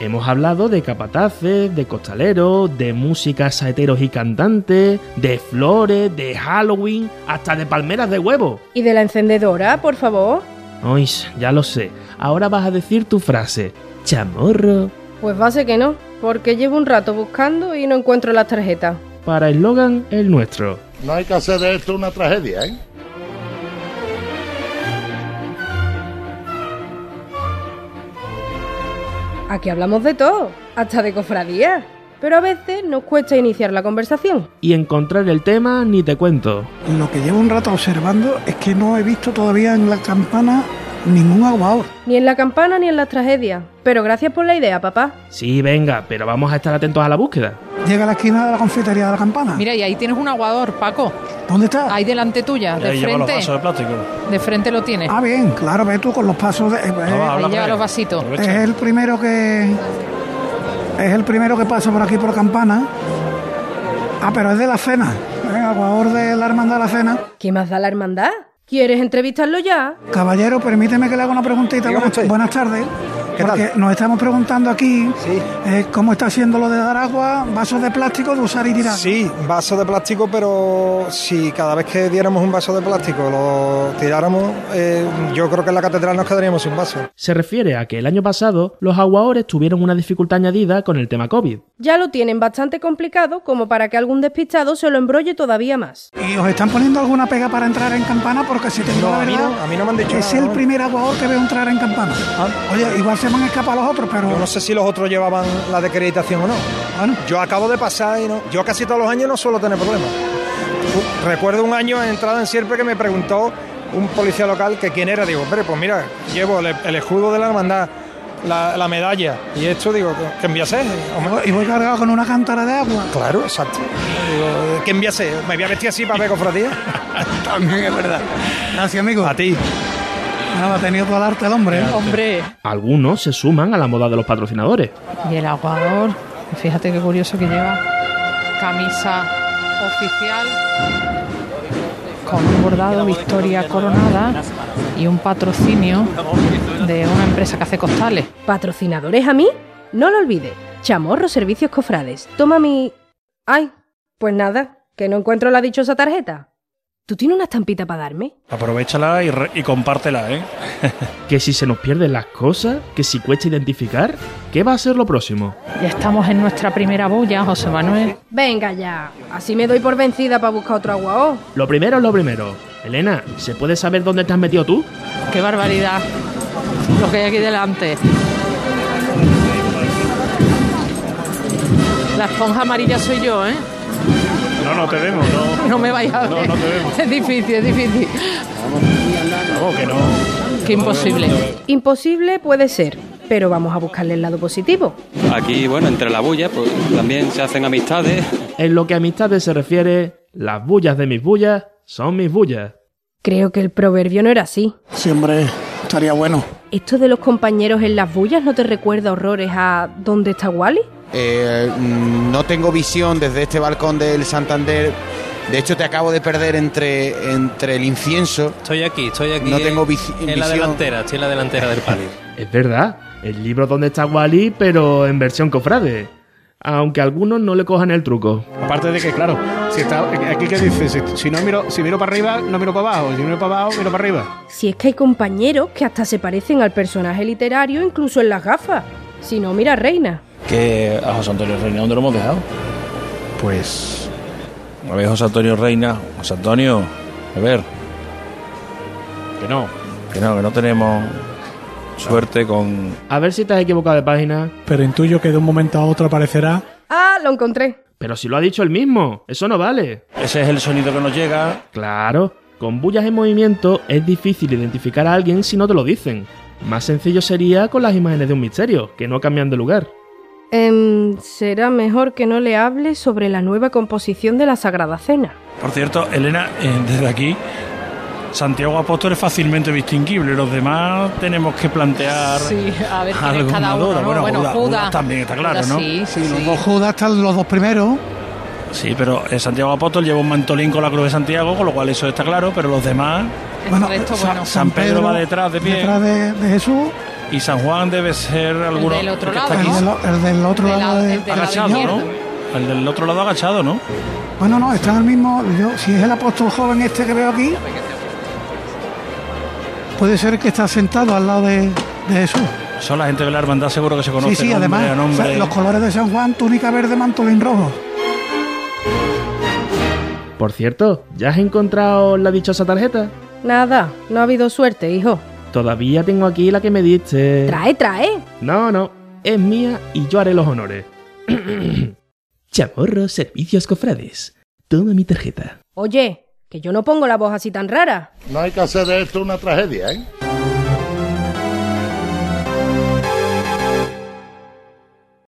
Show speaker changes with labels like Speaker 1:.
Speaker 1: Hemos hablado de capataces, de costaleros, de músicas saeteros y cantantes, de flores, de Halloween, hasta de palmeras de huevo.
Speaker 2: ¿Y de la encendedora, por favor?
Speaker 1: Ay, ya lo sé. Ahora vas a decir tu frase. Chamorro.
Speaker 2: Pues va a ser que no, porque llevo un rato buscando y no encuentro las tarjetas.
Speaker 1: Para el Logan, el nuestro.
Speaker 3: No hay que hacer de esto una tragedia, ¿eh?
Speaker 2: Aquí hablamos de todo, hasta de cofradías. Pero a veces nos cuesta iniciar la conversación.
Speaker 1: Y encontrar el tema ni te cuento.
Speaker 4: Lo que llevo un rato observando es que no he visto todavía en la campana ningún aguador.
Speaker 2: Ni en la campana ni en las tragedias. Pero gracias por la idea, papá.
Speaker 1: Sí, venga, pero vamos a estar atentos a la búsqueda.
Speaker 4: Llega a la esquina de la confitería de la campana.
Speaker 5: Mira, y ahí tienes un aguador, Paco.
Speaker 4: ¿Dónde está?
Speaker 5: Ahí delante tuya, de
Speaker 6: Ahí lleva los
Speaker 5: frente.
Speaker 6: vasos de plástico.
Speaker 5: De frente lo tienes.
Speaker 4: Ah, bien, claro, ve tú con los pasos de. eh,
Speaker 6: Ah,
Speaker 5: ahí
Speaker 6: habla
Speaker 5: lleva
Speaker 6: con él.
Speaker 5: los vasitos.
Speaker 4: es
Speaker 6: Aprovecha.
Speaker 4: el primero que. Es el primero que pasa por aquí por campana. Ah, pero es de la cena. Eh, aguador de la hermandad de la cena.
Speaker 2: ¿Qué más da la hermandad? ¿Quieres entrevistarlo ya?
Speaker 4: Caballero, permíteme que le haga una preguntita.
Speaker 7: Dígame
Speaker 4: Buenas,
Speaker 7: usted.
Speaker 4: buenas tardes.
Speaker 7: ¿Qué
Speaker 4: porque
Speaker 7: tal?
Speaker 4: nos estamos preguntando aquí
Speaker 7: Sí.
Speaker 4: eh, cómo está haciendo lo de dar agua, vasos de plástico, de usar y tirar.
Speaker 7: Sí, vaso de plástico, pero si cada vez que diéramos un vaso de plástico lo tiráramos, eh, yo creo que en la catedral nos quedaríamos sin vaso.
Speaker 1: Se refiere a que el año pasado los aguadores tuvieron una dificultad añadida con el tema COVID.
Speaker 2: Ya lo tienen bastante complicado como para que algún despistado se lo embrolle todavía más.
Speaker 4: ¿Y os están poniendo alguna pega para entrar en campana? Porque si te digo
Speaker 7: No,
Speaker 4: la
Speaker 7: a mí
Speaker 4: verdad,
Speaker 7: no, a mí no me han dicho
Speaker 4: es
Speaker 7: nada,
Speaker 4: el
Speaker 7: no.
Speaker 4: primer aguador que veo entrar en campana.
Speaker 7: Ah.
Speaker 4: Oye, igual se me han escapado los otros, pero
Speaker 7: Yo no sé si los otros llevaban la desacreditación o no.
Speaker 4: bueno,
Speaker 7: Yo acabo de pasar y no. Yo casi todos los años no suelo tener problemas. Uf, Recuerdo un año en entrada en siempre que me preguntó un policía local que quién era. Digo, hombre, pues mira, llevo el, el escudo de la hermandad, la, la medalla y esto, digo, ¿qué envía a ser?
Speaker 4: y
Speaker 7: Hombre,
Speaker 4: voy- y voy cargado con una cántara de agua.
Speaker 7: Claro, exacto. Digo, ¿Qué envía a ser? ¿Me voy a vestir así para ver cofradía?
Speaker 4: También es verdad. Gracias, amigo.
Speaker 7: A ti.
Speaker 4: Bueno, me ha tenido todo el arte el hombre. ¿eh?
Speaker 5: Hombre.
Speaker 1: Algunos se suman a la moda de los patrocinadores.
Speaker 5: Y el aguador. Fíjate qué curioso que lleva. Camisa oficial. Con un bordado Victoria Coronada y un patrocinio de una empresa que hace costales.
Speaker 2: ¿Patrocinadores a mí? No lo olvide. Chamorro Servicios Cofrades. Toma mi... Ay, pues nada, que no encuentro la dichosa tarjeta. ¿Tú tienes una estampita para darme?
Speaker 6: Aprovechala y, re- y compártela, ¿eh?
Speaker 1: Que si se nos pierden las cosas, que si cuesta identificar, ¿qué va a ser lo próximo?
Speaker 5: Ya estamos en nuestra primera bulla, José Manuel.
Speaker 2: Venga ya, así me doy por vencida para buscar otro oh. aguao.
Speaker 1: Lo primero es lo primero. Elena, ¿se puede saber dónde te has metido tú?
Speaker 5: ¡Qué barbaridad! Lo que hay aquí delante. La esponja amarilla soy yo, ¿eh?
Speaker 6: No, no te vemos, no.
Speaker 5: No me vais a ver.
Speaker 6: no te vemos.
Speaker 5: Es difícil, es difícil.
Speaker 6: Vamos, que no.
Speaker 5: Qué imposible.
Speaker 2: Imposible puede ser, pero vamos a buscarle el lado positivo.
Speaker 8: Aquí, bueno, entre la bulla, pues también se hacen amistades.
Speaker 1: En lo que a amistades se refiere, las bullas de mis bullas son mis bullas.
Speaker 2: Creo que el proverbio no era así.
Speaker 4: Siempre estaría bueno.
Speaker 2: ¿Esto de los compañeros en las bullas no te recuerda horrores a dónde está Wally?
Speaker 9: Eh, mm, no tengo visión desde este balcón del Santander. De hecho, te acabo de perder entre, entre el incienso.
Speaker 10: Estoy aquí, estoy aquí.
Speaker 9: No
Speaker 10: en-
Speaker 9: tengo vici-
Speaker 10: En la
Speaker 9: visión.
Speaker 10: delantera, estoy en la delantera del palio.
Speaker 1: Es verdad, el libro donde está Wally, pero en versión cofrade. Aunque algunos no le cojan el truco.
Speaker 11: Aparte de que, claro, si está aquí que dice, si, si no miro, si miro para arriba, no miro para abajo, si miro para abajo, miro para arriba.
Speaker 2: Si es que hay compañeros que hasta se parecen al personaje literario incluso en las gafas. Si no, mira Reina.
Speaker 6: Que a José Antonio Reina, ¿dónde lo hemos dejado? Pues. A ver, José Antonio Reina. José Antonio, a ver. Que no. Que no, que no tenemos suerte con.
Speaker 1: A ver si te has equivocado de página.
Speaker 4: Pero intuyo que de un momento a otro aparecerá.
Speaker 2: Ah, lo encontré.
Speaker 1: Pero si lo ha dicho él mismo, eso no vale.
Speaker 6: Ese es el sonido que nos llega.
Speaker 1: Claro, con bullas en movimiento es difícil identificar a alguien si no te lo dicen. Más sencillo sería con las imágenes de un misterio, que no cambian de lugar.
Speaker 2: Em, será mejor que no le hable sobre la nueva composición de la Sagrada Cena.
Speaker 6: Por cierto, Elena, eh, desde aquí, Santiago Apóstol es fácilmente distinguible. Los demás tenemos que plantear.
Speaker 5: Sí, a ver quién
Speaker 6: Algo
Speaker 5: es cada uno.
Speaker 6: maduro.
Speaker 5: ¿no?
Speaker 6: Bueno, Judas-
Speaker 5: Judas.
Speaker 6: Judas también está claro,
Speaker 5: Judas
Speaker 6: ¿no?
Speaker 5: Ah, Sí,
Speaker 4: Sí,
Speaker 5: sí,
Speaker 4: los
Speaker 5: sí.
Speaker 4: dos Judas están los dos primeros.
Speaker 6: Sí, pero eh, Santiago Apóstol lleva un mantolín con la cruz de Santiago, con lo cual eso está claro, pero los demás.
Speaker 5: El resto,
Speaker 4: Sa-
Speaker 5: bueno.
Speaker 6: San Pedro va detrás de pie.
Speaker 4: Detrás de, de Jesús.
Speaker 7: Y San Juan debe ser alguno.
Speaker 5: del otro
Speaker 7: que
Speaker 5: lado,
Speaker 7: está aquí.
Speaker 4: El del, o- el del otro lado de,
Speaker 7: Agachado, ¿no? El del otro lado agachado, ¿no?
Speaker 4: Bueno, Ah, no, está en el mismo. Yo, si es el apóstol joven este que veo aquí, puede ser que está sentado al lado de, de Jesús.
Speaker 7: Son la gente de la hermandad, seguro que se conoce.
Speaker 4: Sí, sí, además, o sea, los colores de San Juan, túnica verde, mantolín rojo.
Speaker 1: Por cierto, ¿ya has encontrado la dichosa tarjeta?
Speaker 2: Nada, no ha habido suerte, hijo.
Speaker 1: Todavía tengo aquí la que me diste.
Speaker 2: Trae, trae.
Speaker 1: No, no, es mía y yo haré los honores. Chamorro Servicios Cofrades. Toma mi tarjeta.
Speaker 2: Oye, que yo no pongo la voz así tan rara.
Speaker 3: No hay que hacer de esto una tragedia, ¿eh?